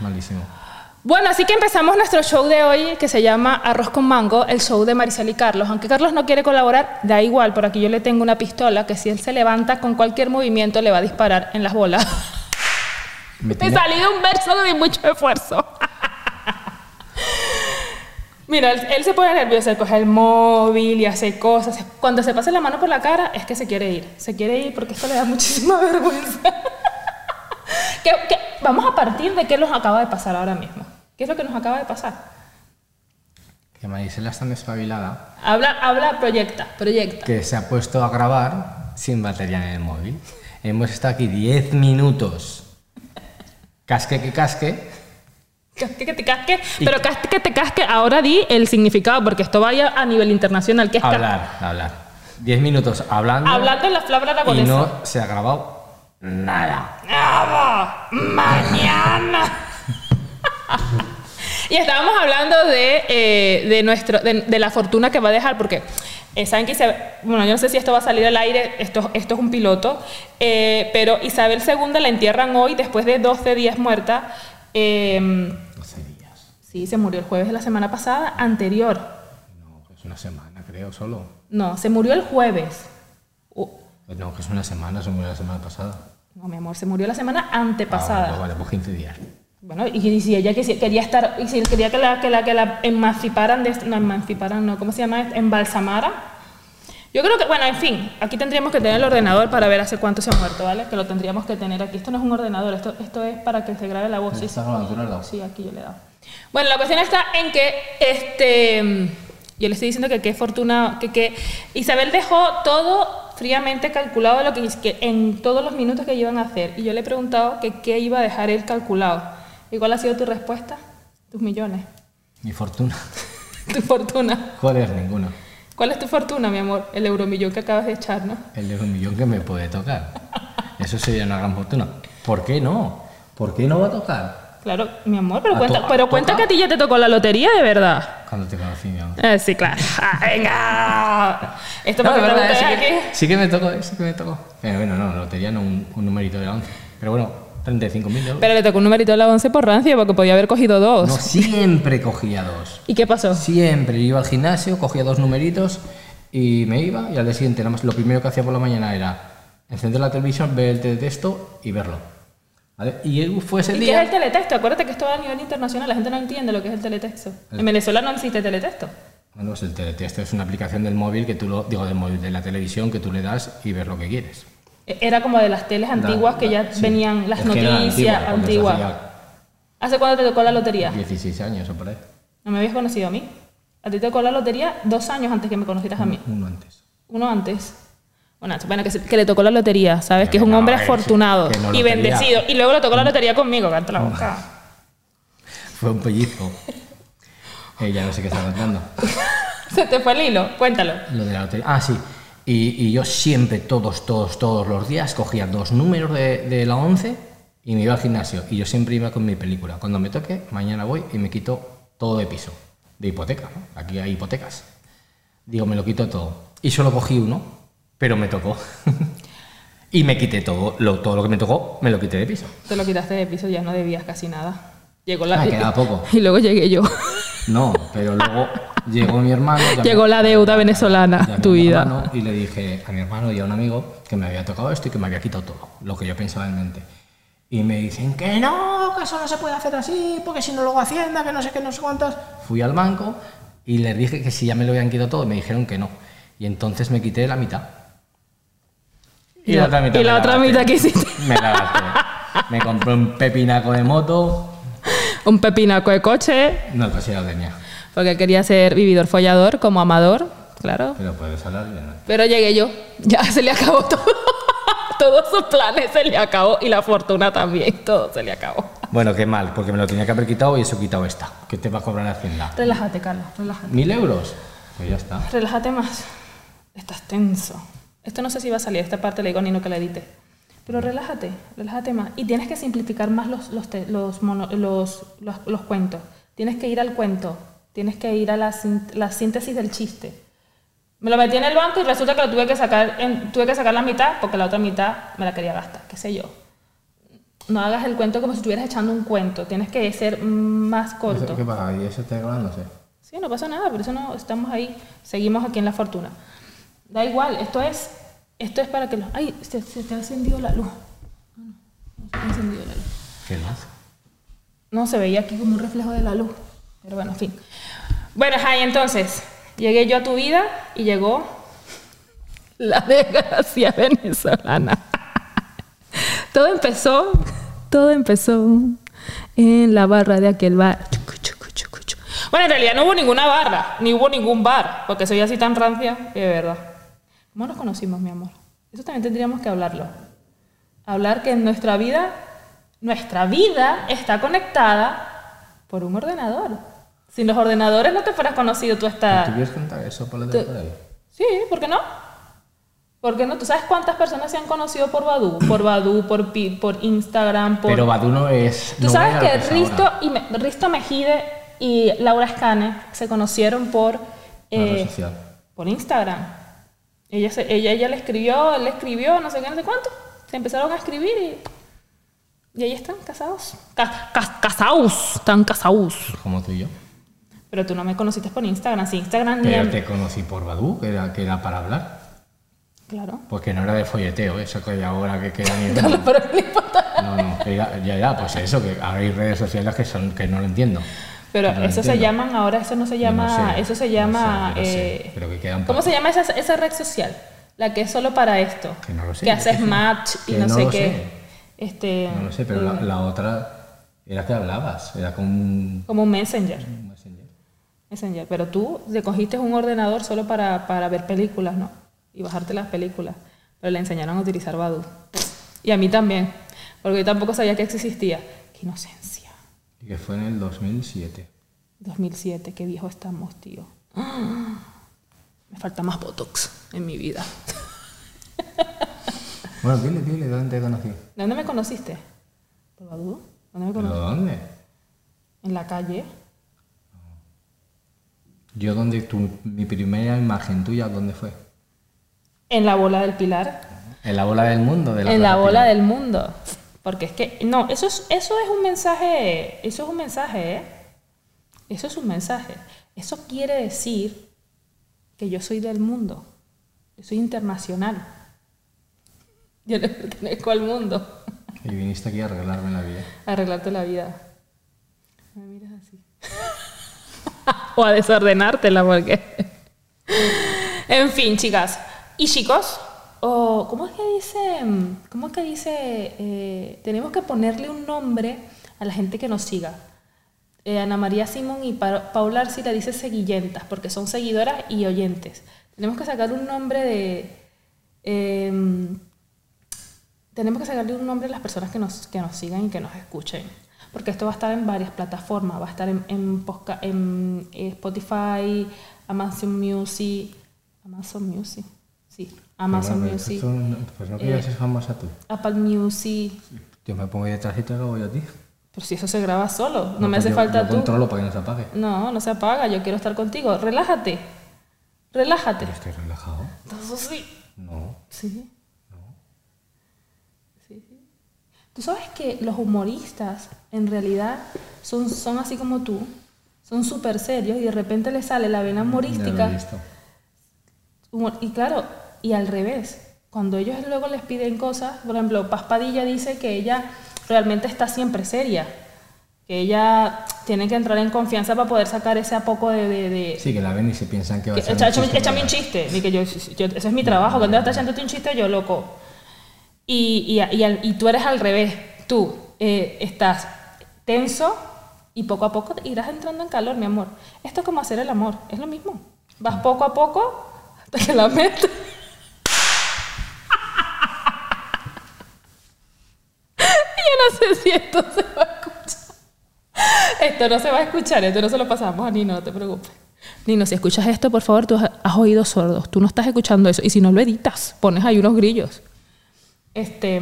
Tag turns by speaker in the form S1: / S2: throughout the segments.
S1: Malísimo.
S2: Bueno, así que empezamos nuestro show de hoy que se llama Arroz con Mango, el show de Marisol y Carlos. Aunque Carlos no quiere colaborar, da igual, por aquí yo le tengo una pistola que si él se levanta con cualquier movimiento le va a disparar en las bolas.
S1: Me
S2: Me
S1: tiene-
S2: salido un verso de mucho esfuerzo. Mira, él, él se pone nervioso, él coge el móvil y hace cosas. Cuando se pasa la mano por la cara es que se quiere ir. Se quiere ir porque esto le da muchísima vergüenza. ¿Qué- qué- Vamos a partir de qué nos acaba de pasar ahora mismo. ¿Qué es lo que nos acaba de pasar?
S1: Que Marisela es tan espabilada
S2: Habla, habla, proyecta, proyecta.
S1: que se ha puesto a grabar sin batería en el móvil. Hemos estado aquí 10 minutos. Casque que casque.
S2: Casque, que te casque, pero casque, que te casque. Ahora di el significado porque esto vaya a nivel internacional. ¿Qué es ca-
S1: Hablar, hablar. 10 minutos hablando.
S2: Hablando en la palabra
S1: y
S2: aragonesa.
S1: no se ha grabado nada.
S2: ¡Nada! ¡Mañana! y estábamos hablando de, eh, de, nuestro, de, de la fortuna que va a dejar, porque eh, saben que Isabel, bueno, yo no sé si esto va a salir al aire, esto, esto es un piloto, eh, pero Isabel II la entierran hoy después de 12 días muerta. eh,
S1: 12 días.
S2: sí, se murió el jueves de la semana pasada, anterior.
S1: No, que es una semana, creo, solo.
S2: No, se murió el jueves. O-
S1: No, que es una semana, se murió la semana pasada.
S2: no, mi amor, se murió la semana
S1: Ah,
S2: antepasada.
S1: bueno, vale, pues 15 días.
S2: Bueno, y, y si ella quisi- quería estar, y si quería que la, que la, que la emanciparan, de, no, emanciparan, no, ¿cómo se llama? Embalsamara. Yo creo que, bueno, en fin, aquí tendríamos que tener el ordenador para ver hace cuánto se ha muerto, ¿vale? Que lo tendríamos que tener aquí. Esto no es un ordenador, esto, esto es para que se grabe la voz. Sí, sí.
S1: Está grabando, tú lo has dado.
S2: Sí, aquí yo le he dado. Bueno, la cuestión está en que este. mm, Yo le estoy diciendo que qué fortuna. Que, que Isabel dejó todo fríamente calculado lo que, que en todos los minutos que iban a hacer. Y yo le he preguntado que qué iba a dejar él calculado. ¿Y cuál ha sido tu respuesta? Tus millones.
S1: Mi fortuna.
S2: Tu fortuna.
S1: ¿Cuál es? Ninguna.
S2: ¿Cuál es tu fortuna, mi amor? El euromillón que acabas de echar, ¿no?
S1: El de un millón que me puede tocar. Eso sería una gran fortuna. ¿Por qué no? ¿Por qué no va a tocar?
S2: Claro, mi amor, pero
S1: Ah,
S2: cuenta,
S1: to-
S2: pero cuenta
S1: toca.
S2: que a ti ya te tocó la lotería de verdad.
S1: Cuando te conocí, mi amor.
S2: Eh, sí, claro. Ah, venga. Esto
S1: No,
S2: para
S1: de
S2: que te
S1: verdad, sí,
S2: guste aquí.
S1: que, sí que me tocó, eh, sí que me tocó. Pero bueno, no, lotería no, un, un numerito de la 11. Pero bueno, 35.000 euros.
S2: Pero le tocó un numerito de la 11 por rancia porque podía haber cogido dos.
S1: No, siempre cogía dos.
S2: ¿Y qué pasó?
S1: Siempre iba al gimnasio, cogía dos numeritos y me iba. Y al día siguiente, nada más, lo primero que hacía por la mañana era encender la televisión, ver el teletexto y verlo. ¿Vale? Y fue ese
S2: ¿Y qué
S1: día.
S2: es el teletexto? Acuérdate que esto va a nivel internacional, la gente no entiende lo que es el teletexto.
S1: Eh.
S2: En Venezuela no existe teletexto.
S1: Bueno, pues el teletexto es una aplicación del móvil que tú lo digo del móvil de la televisión que tú le das y ves lo que quieres.
S2: E- Era como de las teles antiguas
S1: La-
S2: que ya
S1: la- sí.
S2: venían las
S1: Es que era
S2: noticias
S1: antigua, porque eso
S2: antiguas. ¿Hace cuándo te tocó la lotería?
S1: hacía 16 años o por ahí,
S2: ¿No me habías conocido a mí? A ti te tocó la lotería dos años antes que me conocieras a mí.
S1: uno antes.
S2: Uno antes. Bueno, bueno que, se- que le tocó la lotería, ¿sabes?
S1: Ya
S2: Que es
S1: que
S2: un
S1: no,
S2: hombre
S1: eh, sí,
S2: afortunado
S1: que no
S2: y
S1: lotería. Mm.
S2: bendecido. Y luego le tocó la lotería conmigo, canta la boca.
S1: Fue un pellizco. Eh, ya no sé qué está contando.
S2: Se te fue el hilo, cuéntalo.
S1: Lo de la lotería. Ah, sí. Y, y yo siempre, todos, todos, todos los días, cogía dos números de, de la 11 y me iba al gimnasio. Y yo siempre iba con mi película. Cuando me toque, mañana voy y me quito todo de piso. De hipoteca, ¿no? Aquí hay hipotecas. Digo, me lo quito todo. Y solo cogí uno, pero me tocó. y me quité todo. Lo, todo lo que me tocó, me lo quité de piso.
S2: Te lo quitaste de piso, ya no debías casi nada. Llegó la.
S1: Ah, quedaba poco.
S2: Y luego llegué yo.
S1: No, pero luego llegó mi hermano. llamé-
S2: Llegó la deuda
S1: llamé
S2: venezolana,
S1: a
S2: tu
S1: mi
S2: vida.
S1: hermano Y le dije a mi hermano y a un amigo que me había tocado esto y que me había quitado todo, lo que yo pensaba en mente. Y me dicen que no, que eso no se puede hacer así, porque si no luego Hacienda, que no sé qué, no sé cuántas. Fui al banco y les dije que si ya me lo habían quitado todo, y me dijeron que no. Y entonces me quité la mitad.
S2: Y la- y
S1: me
S2: la otra
S1: gasté.
S2: mitad que hiciste.
S1: Me la gasté. Me compré un pepinaco de moto.
S2: Un pepinaco de coche,
S1: No, pues ya lo tenía.
S2: porque quería ser vividor follador como amador, claro.
S1: Pero puedes hablar ya no.
S2: Pero llegué yo. Ya se le acabó todo. Todos sus planes se le acabó y la fortuna también, todo se le acabó.
S1: Bueno, qué mal, porque me lo tenía que haber quitado y eso he quitado esta, que te va a cobrar Hacienda.
S2: Relájate, Carlos, relájate.
S1: ¿Mil euros? Pues ya está.
S2: Relájate más. Estás tenso. Esto no sé si va a salir, esta parte le digo a Nino que la edite. Pero relájate, relájate más. Y tienes que simplificar más los, los, te- los, mono- los, los- los cuentos. Tienes que ir al cuento. Tienes que ir a la, sin- la síntesis del chiste. Me lo metí en el banco y resulta que lo tuve que sacar, en- tuve que sacar la mitad porque la otra mitad me la quería gastar, qué sé yo. No hagas el cuento como si estuvieras echando un cuento. Tienes que ser más
S1: No sé,
S2: corto.
S1: ¿Qué pasa? ¿Y eso está grabándose?
S2: Sí, no pasa nada, por eso no estamos ahí, seguimos aquí en la fortuna. Da igual, esto es, esto es para que los. Ay, se, se te ha encendido la luz. Ah, No, no se te ha encendido la luz.
S1: ¿Qué más?
S2: No se veía aquí como un reflejo de la luz. Pero bueno, en fin. Bueno, Jai, entonces, llegué yo a tu vida y llegó la desgracia venezolana. Todo empezó, todo empezó en la barra de aquel bar. Chucu, chucu, chucu, chucu. Bueno, en realidad no hubo ninguna barra, ni hubo ningún bar, porque soy así tan rancia, que de verdad. ¿Cómo nos conocimos, mi amor? Eso también tendríamos que hablarlo. Hablar que en nuestra vida, nuestra vida está conectada por un ordenador. Sin los ordenadores no te fueras conocido tú esta...
S1: ¿Tú quieres contar eso por la
S2: Ah. Tú-
S1: temporada?
S2: Sí, ¿por qué no? ¿Por qué no? ¿Tú sabes cuántas personas se han conocido por Badu? Por Badu, por, Pi- por Instagram, por...
S1: Pero Badu no es.
S2: Tú
S1: no
S2: sabes
S1: era lo
S2: que
S1: es
S2: Risto,
S1: ahora.
S2: y Me- Risto Mejide y Laura Scane se conocieron por,
S1: Una
S2: eh,
S1: red social.
S2: por Instagram. Ella, se- ella, ella le escribió, él le escribió, no sé qué, no sé cuánto. Se empezaron a escribir y... Y ahí están, casados. Ca- ca- casados, están casados.
S1: Pues Como tú y yo.
S2: Pero tú no me conociste por Instagram, sí, Instagram ni...
S1: Pero
S2: en-
S1: te conocí por Badu, que era, que era para hablar.
S2: Claro.
S1: Porque no era de folleteo, ¿eh? eso que hay ahora que queda ni.
S2: Claro, pero no importa.
S1: No, no, que ya, ya, ya, pues eso, que ahora hay redes sociales que son que no lo entiendo.
S2: Pero
S1: No lo
S2: eso se
S1: entiendo.
S2: llaman ahora, eso no se
S1: Yo no
S2: llama,
S1: sé,
S2: eso
S1: no
S2: se
S1: sé,
S2: llama.
S1: yo no sé,
S2: eh,
S1: pero que quedan
S2: ¿Cómo
S1: pa-
S2: se llama esa, esa red social? La que es solo para esto.
S1: Que no lo sé,
S2: Que
S1: yo qué
S2: haces
S1: sé.
S2: match y
S1: Que
S2: no,
S1: no
S2: sé
S1: lo
S2: qué.
S1: sé.
S2: Este,
S1: No lo sé, pero la, la otra era que hablabas, era como un
S2: Como un messenger.
S1: un messenger.
S2: Messenger. Pero tú te cogiste un ordenador solo para, para ver películas, ¿no? Y bajarte las películas. Pero le enseñaron a utilizar Badu. Y a mí también. Porque yo tampoco sabía que existía. Qué inocencia.
S1: Y que fue en el 2007.
S2: 2007, qué viejo estamos, tío. ¡Ah! Me falta más Botox en mi vida.
S1: Bueno, dile, dile, ¿dónde te conocí?
S2: ¿Dónde me conociste? ¿Por Badú? ¿Dónde me
S1: ¿Pero
S2: conociste?
S1: dónde?
S2: En la calle.
S1: Yo donde tu, mi primera imagen tuya, ¿dónde fue?
S2: En la bola del pilar.
S1: En la bola del mundo. De la
S2: en la
S1: Plaza
S2: bola
S1: Pilar.
S2: del mundo. Porque es que, no, eso es, eso es un mensaje, eso es un mensaje, ¿eh? Eso es un mensaje. Eso quiere decir que yo soy del mundo. Yo soy internacional. Yo le pertenezco al mundo.
S1: Y viniste aquí a arreglarme la vida.
S2: arreglarte la vida. Me miras así. o a desordenártela porque. en fin, chicas. Y chicos, o ¿cómo es que dice? ¿Cómo es que dice? eh, tenemos que ponerle un nombre a la gente que nos siga. Eh, Ana María Simón y Pa- Paula Arcila dice seguillentas, porque son seguidoras y oyentes. Tenemos que sacar un nombre de. em, tenemos que sacarle un nombre a las personas que nos, que nos sigan y que nos escuchen. Porque esto va a estar en varias plataformas. Va a estar en, en, posca- en eh, Spotify, Amazon Music. Amazon Music. Sí, Eh. Amazon
S1: Pero bueno,
S2: Music.
S1: esto no- Pues no querías ser famosa tú.
S2: Apple Music.
S1: Yo me pongo detrás y te hago yo a ti.
S2: Pero si eso se graba solo, no, me
S1: pues
S2: hace
S1: yo-
S2: falta
S1: yo
S2: tú.
S1: controlo para que no se apague.
S2: No, no se apaga, yo quiero estar contigo. Relájate. Relájate.
S1: Pero estoy relajado.
S2: Entonces sí.
S1: No.
S2: Sí. Sí, sí. Tú sabes que los humoristas, en realidad, son, son así como tú, son súper serios y de repente les sale la vena
S1: Ya
S2: humorística.
S1: lo he visto.
S2: Humor- y claro, y al revés. Cuando ellos luego les piden cosas, por ejemplo, Paspadilla dice que ella realmente está siempre seria. Que ella tiene que entrar en confianza para poder sacar ese poco de. de- de-
S1: Sí, que la ven y se piensan que va
S2: que-
S1: a ser.
S2: echa- echa-
S1: chiste,
S2: Échame un
S1: pero-
S2: chiste. Ni que yo, yo- ese es mi trabajo. Cuando estás echándote un chiste, yo loco. Y, y, y al- y tú eres al revés. Tú eh, estás tenso y poco a poco irás entrando en calor, mi amor. Esto es como hacer el amor. Es lo mismo. Vas poco a poco hasta que la metas. Yo no sé si esto se va a escuchar. Esto no se va a escuchar, esto no se lo pasamos a Nino, no te preocupes. Nino, si escuchas esto, por favor, tú has, has oído sordos. Tú no estás escuchando eso. Y si no lo editas, pones ahí unos grillos. Este.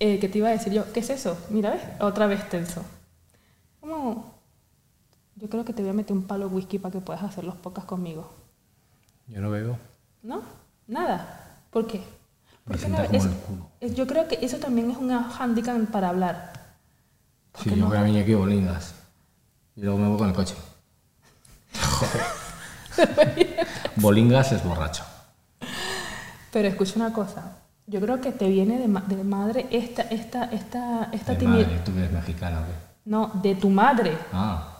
S2: eh, ¿Qué te iba a decir yo? ¿Qué es eso? Mira, ¿ves? Otra vez tenso. Como. Yo creo que te voy a meter un palo de whisky para que puedas hacer los pocas conmigo.
S1: Yo no veo.
S2: ¿No? Nada. ¿Por qué?
S1: Me
S2: Porque
S1: sienta
S2: la-
S1: como
S2: es-
S1: el culo.
S2: es- yo creo que eso también es un handicap para hablar. Porque
S1: Sí, yo
S2: no-
S1: voy a venir aquí bolindas. Y luego me voy con el coche. Bolingas es borracho.
S2: Pero escucha una cosa. Yo creo que te viene de, ma- de madre esta, esta, esta, esta
S1: De
S2: timidez.
S1: madre, tú que eres mexicana, ¿o qué?
S2: No, de tu madre.
S1: Ah.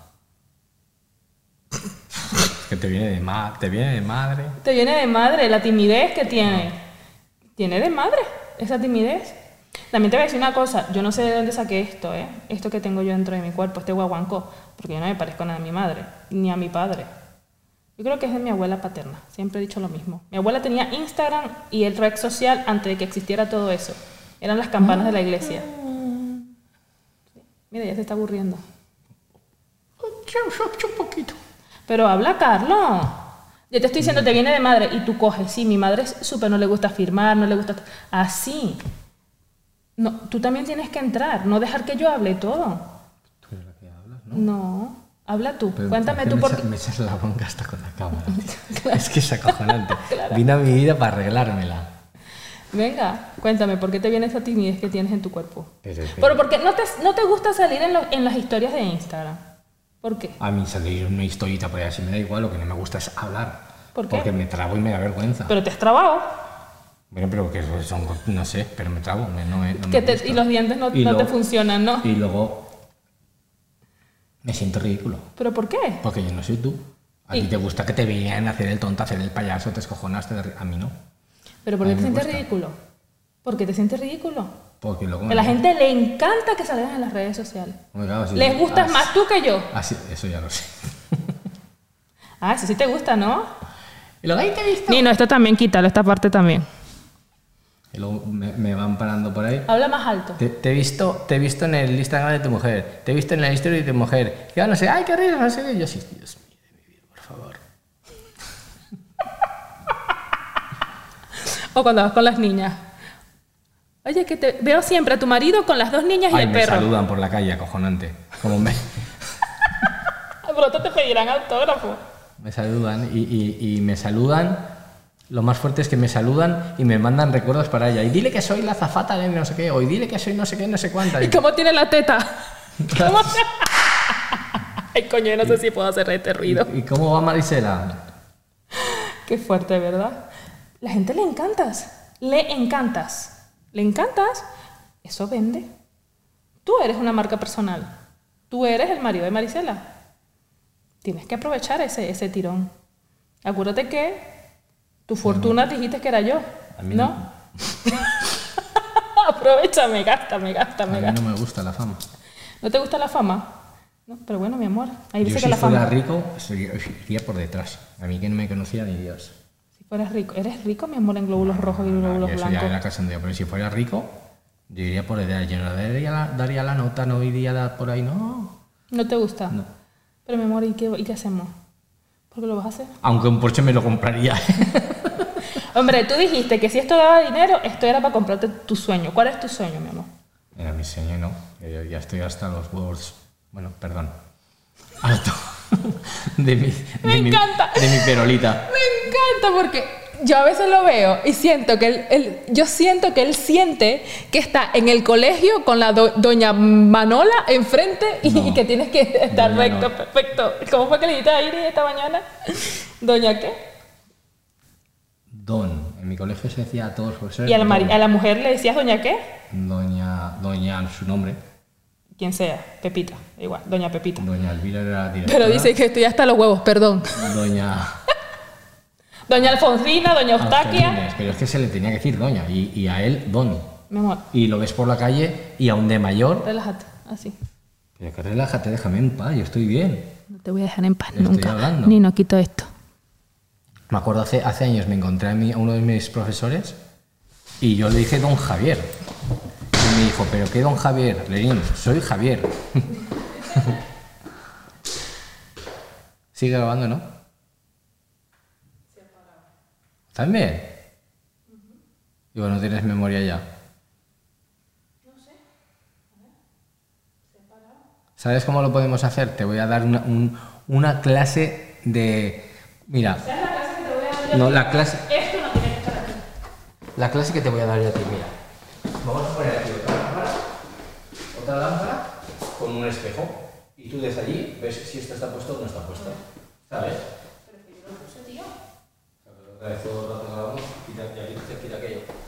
S1: Es que te viene de ma te viene de madre.
S2: Te viene de madre la timidez que tiene. Tiene de madre esa timidez. También te voy a decir una cosa. Yo no sé de dónde saqué esto, ¿eh? Esto que tengo yo dentro de mi cuerpo, este guaguancó. Porque yo no me parezco nada a mi madre, ni a mi padre. Yo creo que es de mi abuela paterna. Siempre he dicho lo mismo. Mi abuela tenía Instagram y el red social antes de que existiera todo eso. Eran las campanas de la iglesia. Mira, ya se está aburriendo.
S1: Un poquito.
S2: Pero habla, Carlos. Yo te estoy diciendo, te viene de madre y tú coges. Sí, mi madre es súper, no le gusta firmar, no le gusta. Así. No, tú también tienes que entrar, no dejar que yo hable todo.
S1: Tú eres la que hablas, ¿no?
S2: No, habla tú.
S1: Pero
S2: Cuéntame
S1: ¿por qué
S2: tú
S1: me
S2: por
S1: echa-
S2: qué.
S1: Me echas la bronca hasta con la cámara. Es que es acojonante. Vine a mi vida para arreglármela.
S2: Venga, cuéntame, ¿por qué te viene esa timidez que tienes en tu cuerpo?
S1: Pero que-
S2: Pero porque no te, no te gusta salir en, los- en las historias de Instagram. ¿Por qué?
S1: A mí salir una historita por ahí así me da igual, lo que no me gusta es hablar.
S2: ¿Por qué?
S1: Porque me trabo y me da vergüenza.
S2: Pero te has trabado.
S1: Bueno, pero que eso son, no sé, pero me trabo, me- no, me- no me
S2: que te-
S1: gusta.
S2: y los dientes no,
S1: Y
S2: no te
S1: lo-
S2: funcionan, ¿no?
S1: Y luego me siento ridículo,
S2: ¿Pero por qué?
S1: porque yo no soy tú. A ti
S2: Y-
S1: te gusta que te vean hacer el tonto, hacer el payaso, te escojonaste, de ri- a mí no.
S2: ¿Pero por qué
S1: A
S2: te
S1: mí me
S2: sientes
S1: cuesta.
S2: ridículo? ¿Por qué te sientes ridículo?
S1: Porque luego...
S2: A la gente le encanta que salgas en las redes sociales.
S1: me cago así.
S2: Les gustas
S1: Así-
S2: más tú que yo.
S1: así- eso ya lo sé.
S2: Ah, eso sí te gusta, ¿no?
S1: Y luego, "Ay, te he visto".
S2: Nino, esto también quítalo, esta parte también.
S1: Y luego me, me van parando por ahí.
S2: Habla más alto.
S1: Te, te he visto, te he visto en el Instagram de tu mujer, te he visto en la historia de tu mujer. Ya no sé, ay, qué risa, no sé qué. Yo sí, Dios mío, de mi vida, por favor.
S2: O cuando vas con las niñas. Oye, que te veo siempre a tu marido con las dos niñas y
S1: Ay,
S2: el
S1: me
S2: perro.
S1: saludan por la calle, acojonante. Como me,
S2: Al pronto Ah, te pedirán autógrafo.
S1: me saludan y, y- y me saludan. Lo más fuerte es que me saludan y me mandan recuerdos para ella. Y dile que soy la zafata de no sé qué, o y dile que soy no sé qué, no sé cuánta.
S2: ¿Y
S1: Y-
S2: cómo tiene la teta? ¿Cómo- Ay, coño, yo no sé si puedo hacer este ruido.
S1: ¿Y cómo va Marisela?
S2: Qué fuerte, ¿verdad? La gente le encantas. Le encantas. Le encantas. Eso vende. Tú eres una marca personal. Tú eres el marido de Marisela. Tienes que aprovechar ese, ese tirón. Acuérdate que tu fortuna dijiste que era yo.
S1: A mí
S2: ¿No? Aprovechame, gástame,
S1: A
S2: gástame,
S1: mí
S2: gástame.
S1: no me gusta la fama.
S2: ¿No te gusta la fama? No, pero bueno, mi amor. Hay
S1: Yo
S2: veces
S1: si
S2: que la
S1: fuera
S2: fama.
S1: rico, sería- iría por detrás. A mí que no me conocía ni Dios.
S2: Si fueras rico. ¿Eres rico, mi amor, en glóbulos rojos y glóbulos
S1: Ah, eso
S2: blancos?
S1: ya era cachondeo, pero si fuera rico, yo iría por allá, yo no daría la, daría la nota, no iría da- por ahí, no.
S2: ¿No te gusta?
S1: No.
S2: Pero mi amor, ¿y qué, ¿y qué hacemos? ¿Por qué lo vas a hacer?
S1: Aunque un Porsche me lo compraría.
S2: Hombre, tú dijiste que si esto daba dinero, esto era para comprarte tu sueño. ¿Cuál es tu sueño, mi amor?
S1: Era mi sueño, no. Yo ya estoy hasta los huevos. Bueno, perdón. Alto. De mi, de
S2: Me
S1: mi-
S2: encanta.
S1: de mi perolita.
S2: Me encanta porque yo a veces lo veo y siento que él, él- yo siento que él siente que está en el colegio con la do- doña Manola enfrente y,
S1: No.
S2: y que tienes que estar
S1: Doña
S2: recto,
S1: no.
S2: perfecto. ¿Cómo fue que le dijiste a Iris esta mañana? ¿Doña qué?
S1: Eh, Don. En mi colegio se decía a todos los profesores.
S2: ¿Y a la, mari-
S1: don.
S2: a la mujer le decías doña qué?
S1: Doña, doña, su nombre.
S2: Quien sea, Pepita, igual, doña Pepita.
S1: Doña Elvira era la directora.
S2: Pero dice que estoy hasta los huevos, perdón.
S1: Doña.
S2: Doña Alfonsina, doña Eustaquia.
S1: Angelines, Pero es que se le tenía que decir doña y, y a él don.
S2: Mi amor,
S1: y lo ves por la calle y aún de mayor.
S2: relájate, así.
S1: Pero que relájate, déjame en paz, yo estoy bien.
S2: No te voy a dejar en paz
S1: Estoy
S2: nunca.
S1: hablando.
S2: Ni no quito esto.
S1: Me acuerdo hace, hace años me encontré a, mi- a uno de mis profesores y yo le dije don Javier. Y me dijo, ¿pero qué don Javier? Lenín, soy Javier. Sigue grabando, ¿no? ¿También? Digo, no tienes memoria ya. ¿Sabes cómo lo podemos hacer? Te voy a dar una, un- una clase de... Mira,
S2: ¿Sabes la clase que te voy a dar yo?
S1: no, la clase...
S2: Esto no tiene que estar aquí.
S1: la clase que te voy a dar yo a ti, mira. Vamos a poner aquí otra lámpara, otra lámpara con un espejo. Y tú desde allí ves si esto está puesto o no está puesto. ¿Sabes?
S3: Pero es que yo lo puse, tío.
S1: Otra vez todo el rato en la luz, quita, quita, quita aquello.